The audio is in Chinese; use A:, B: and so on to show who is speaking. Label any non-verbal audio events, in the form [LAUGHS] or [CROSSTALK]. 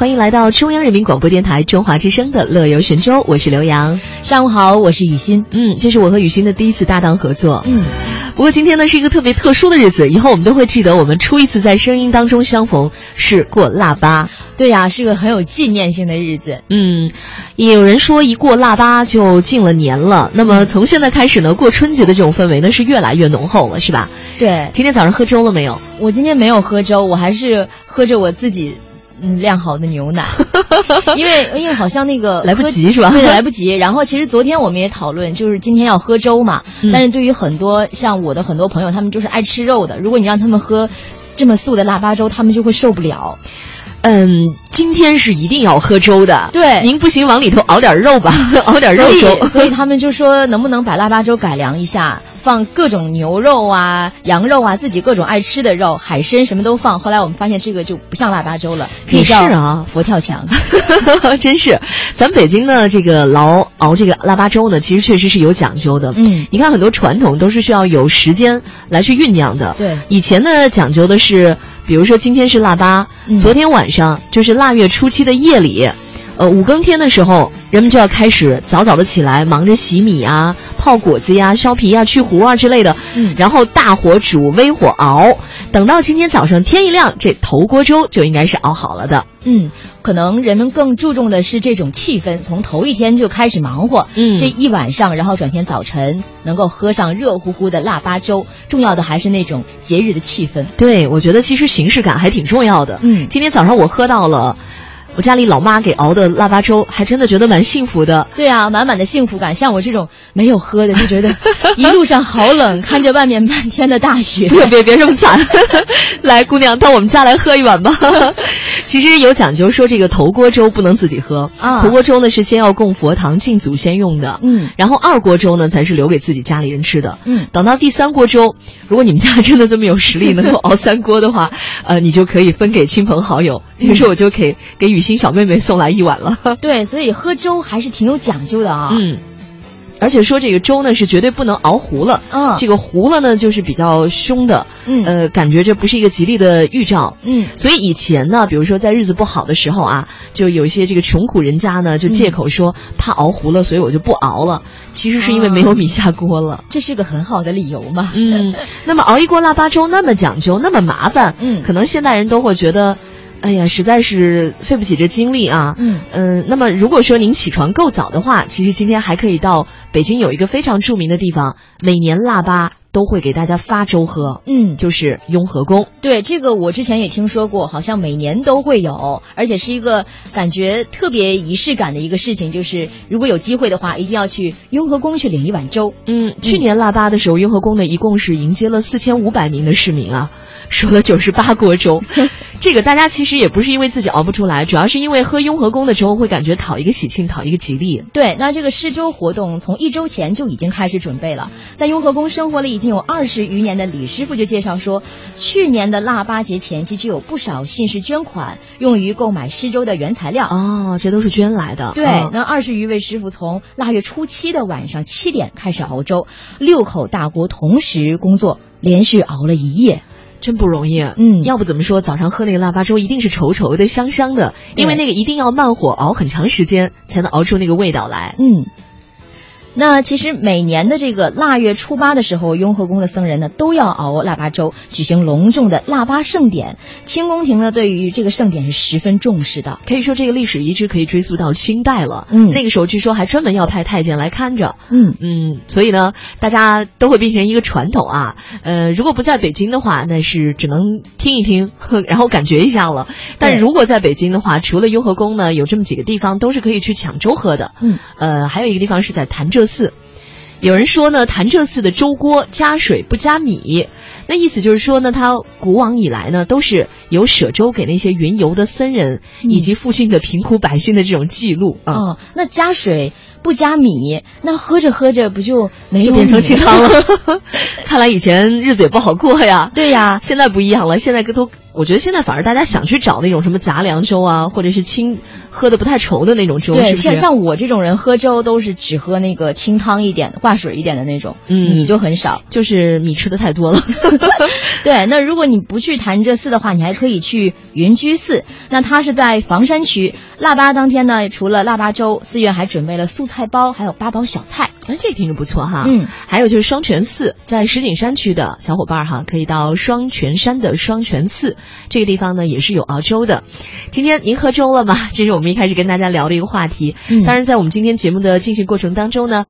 A: 欢迎来到中央人民广播电台中华之声的《乐游神州》，我是刘洋。
B: 上午好，我是雨欣。
A: 嗯，这是我和雨欣的第一次搭档合作。
B: 嗯，
A: 不过今天呢是一个特别特殊的日子，以后我们都会记得我们初一次在声音当中相逢是过腊八。
B: 对呀、是个很有纪念性的日子。
A: 嗯，也有人说一过腊八就进了年了。那
B: 嗯
A: 么从现在开始呢，过春节的这种氛围呢是越来越浓厚了，是吧？
B: 对
A: 今天早上喝粥了没有？
B: 我今天没有喝粥，我还是喝着我自己嗯晾好的
A: [LAUGHS]
B: 牛奶，因为因为好像那个
A: 来不
B: 喝
A: 及是吧
B: 对，来不及。然后其实昨天我们也讨论，就是今天要喝粥嘛。
A: 嗯
B: 但是对于很多像我的很多朋友，他们就是爱吃肉的，如果你让他们喝这么素的腊八粥，他们就会受不了。
A: 嗯，今天是一定要喝粥的。
B: 对
A: 您不行往里头熬点肉
B: [LAUGHS]
A: 吧，熬点肉
B: 所以
A: 粥。
B: 所以他们就说，能不能把腊八粥改良一下，放各种牛肉啊、羊肉啊，自己各种爱吃的肉、海参什么都放。后来我们发现这个就不像腊八粥了，可以
A: 也是
B: 叫
A: 啊
B: 佛跳墙。
A: [LAUGHS]
B: [LAUGHS]
A: 真是，咱北京呢，这个熬熬这个腊八粥呢，其实确实是有讲究的。
B: 嗯
A: 你看很多传统都是需要有时间来去酝酿的。
B: 对
A: 以前呢讲究的是，比如说今天是腊八，
B: 嗯
A: 昨天晚上就是腊月初七的夜里，呃五更天的时候，人们就要开始早早的起来，忙着洗米啊、泡果子呀、削皮呀、去核啊之类的。
B: 嗯
A: 然后大火煮，微火熬，等到今天早上天一亮，这头锅粥就应该是熬好了的。
B: 嗯，可能人们更注重的是这种气氛，从头一天就开始忙活，
A: 嗯
B: 这一晚上，然后转天早晨能够喝上热乎乎的腊八粥，重要的还是那种节日的气氛。
A: 对，我觉得其实形式感还挺重要的。
B: 嗯
A: 今天早上我喝到了我家里老妈给熬的腊八粥，还真的觉得蛮幸福的。
B: 对啊，满满的幸福感。像我这种没有喝的，就觉得一路上好冷，看着外面漫天的大雪。
A: [LAUGHS] 别别别这么惨！ [LAUGHS] 来，姑娘，到我们家来喝一碗 [LAUGHS] 吧。其实有讲究，说这个头锅粥不能自己喝
B: 啊
A: 头锅粥呢是先要供佛堂敬祖先用的，
B: 嗯
A: 然后二锅粥呢才是留给自己家里人吃的。
B: 嗯
A: 等到第三锅粥，如果你们家真的这么有实力，能够熬三锅的话，呃，你就可以分给亲朋好友。比如说，我就给给雨欣小妹妹送来一碗了。
B: 对，所以喝粥还是挺有讲究的啊。
A: 嗯。 [LAUGHS] 而且说这个粥呢是绝对不能熬糊了，
B: 嗯
A: 这个糊了呢就是比较凶的，
B: 嗯
A: 呃，感觉这不是一个吉利的预兆。
B: 嗯
A: 所以以前呢，比如说在日子不好的时候啊，就有一些这个穷苦人家呢，就
B: 嗯
A: 借口说怕熬糊了，所以我就不熬了。其实是因为没有米下锅了。
B: 这是个很好的理由嘛。
A: 嗯，那么熬一锅腊八粥那么讲究，那么麻烦，
B: 嗯
A: 可能现代人都会觉得，哎呀，实在是费不起这精力啊。
B: 嗯
A: 嗯，那么如果说您起床够早的话，其实今天还可以到北京有一个非常著名的地方，每年腊八都会给大家发粥喝，
B: 嗯，
A: 就是雍和宫。
B: 对，这个我之前也听说过，好像每年都会有，而且是一个感觉特别仪式感的一个事情，就是如果有机会的话，一定要去雍和宫去领一碗粥。
A: 嗯，去年腊八的时候，雍和宫呢一共是迎接了四千五百名的市民啊， [LAUGHS] 说了九十八锅粥。这个大家其实也不是因为自己熬不出来，主要是因为喝雍和宫的粥会感觉讨一个喜庆，讨一个吉利。
B: 对，那这个施粥活动从一周前就已经开始准备了。在雍和宫生活了已经有二十余年的李师傅就介绍说，去年的腊八节前期就有不少信士捐款，用于购买施粥的原材料。
A: 哦，这都是捐来的。
B: 对，
A: 嗯
B: 那二十余位师傅从腊月初七的晚上七点开始熬粥，六口大锅同时工作，连续熬了一夜。
A: 真不容易。
B: 嗯
A: 要不怎么说早上喝那个腊八粥一定是稠稠的、香香的，因为
B: 对
A: 那个一定要慢火熬很长时间才能熬出那个味道来。
B: 嗯，那其实每年的这个腊月初八的时候，雍和宫的僧人呢都要熬腊八粥，举行隆重的腊八盛典。清宫廷呢对于这个盛典是十分重视的。
A: 可以说这个历史遗址可以追溯到清代了。
B: 嗯
A: 那个时候据说还专门要派太监来看着。
B: 嗯，
A: 嗯，所以呢，大家都会变成一个传统啊。呃，如果不在北京的话，那是只能听一听， [LAUGHS] 呵然后感觉一下了。但
B: 对
A: 如果在北京的话，除了雍和宫呢，有这么几个地方都是可以去抢粥喝的。
B: 嗯，
A: 呃，还有一个地方是在潭柘寺。有人说呢，潭柘寺的粥锅加水不加米，那意思就是说呢，它古往以来呢都是有舍粥给那些云游的僧人、
B: 嗯
A: 以及附近的贫苦百姓的这种记录啊。
B: 哦，那加水不加米，那喝着喝着不就没有
A: 就变成
B: 米
A: 清 [LAUGHS] 汤？了。看来以前日子也不好过呀。
B: [LAUGHS] 对呀、
A: 现在不一样了，现在都我觉得现在反而大家想去找那种什么杂粮粥啊，或者是清喝的不太稠的那种粥，
B: 对，
A: 是不
B: 像
A: 是？
B: 像我这种人喝粥都是只喝那个清汤一点、挂水一点的那种，
A: 嗯
B: 你就很少。
A: 就是米吃的太
B: [LAUGHS]
A: 多了。
B: 对，那如果你不去潭柘寺的话，你还可以去云居寺。那它是在房山区。腊八当天呢，除了腊八粥，寺院还准备了素菜包，还有八宝小菜。
A: 哎，这个听着不错哈。
B: 嗯，
A: 还有就是双泉寺，在石景山区的小伙伴儿哈，可以到双泉山的双泉寺这个地方呢，也是有熬粥的。今天您喝粥了吗？这是我们一开始跟大家聊的一个话题。
B: 嗯
A: 当然，在我们今天节目的进行过程当中呢，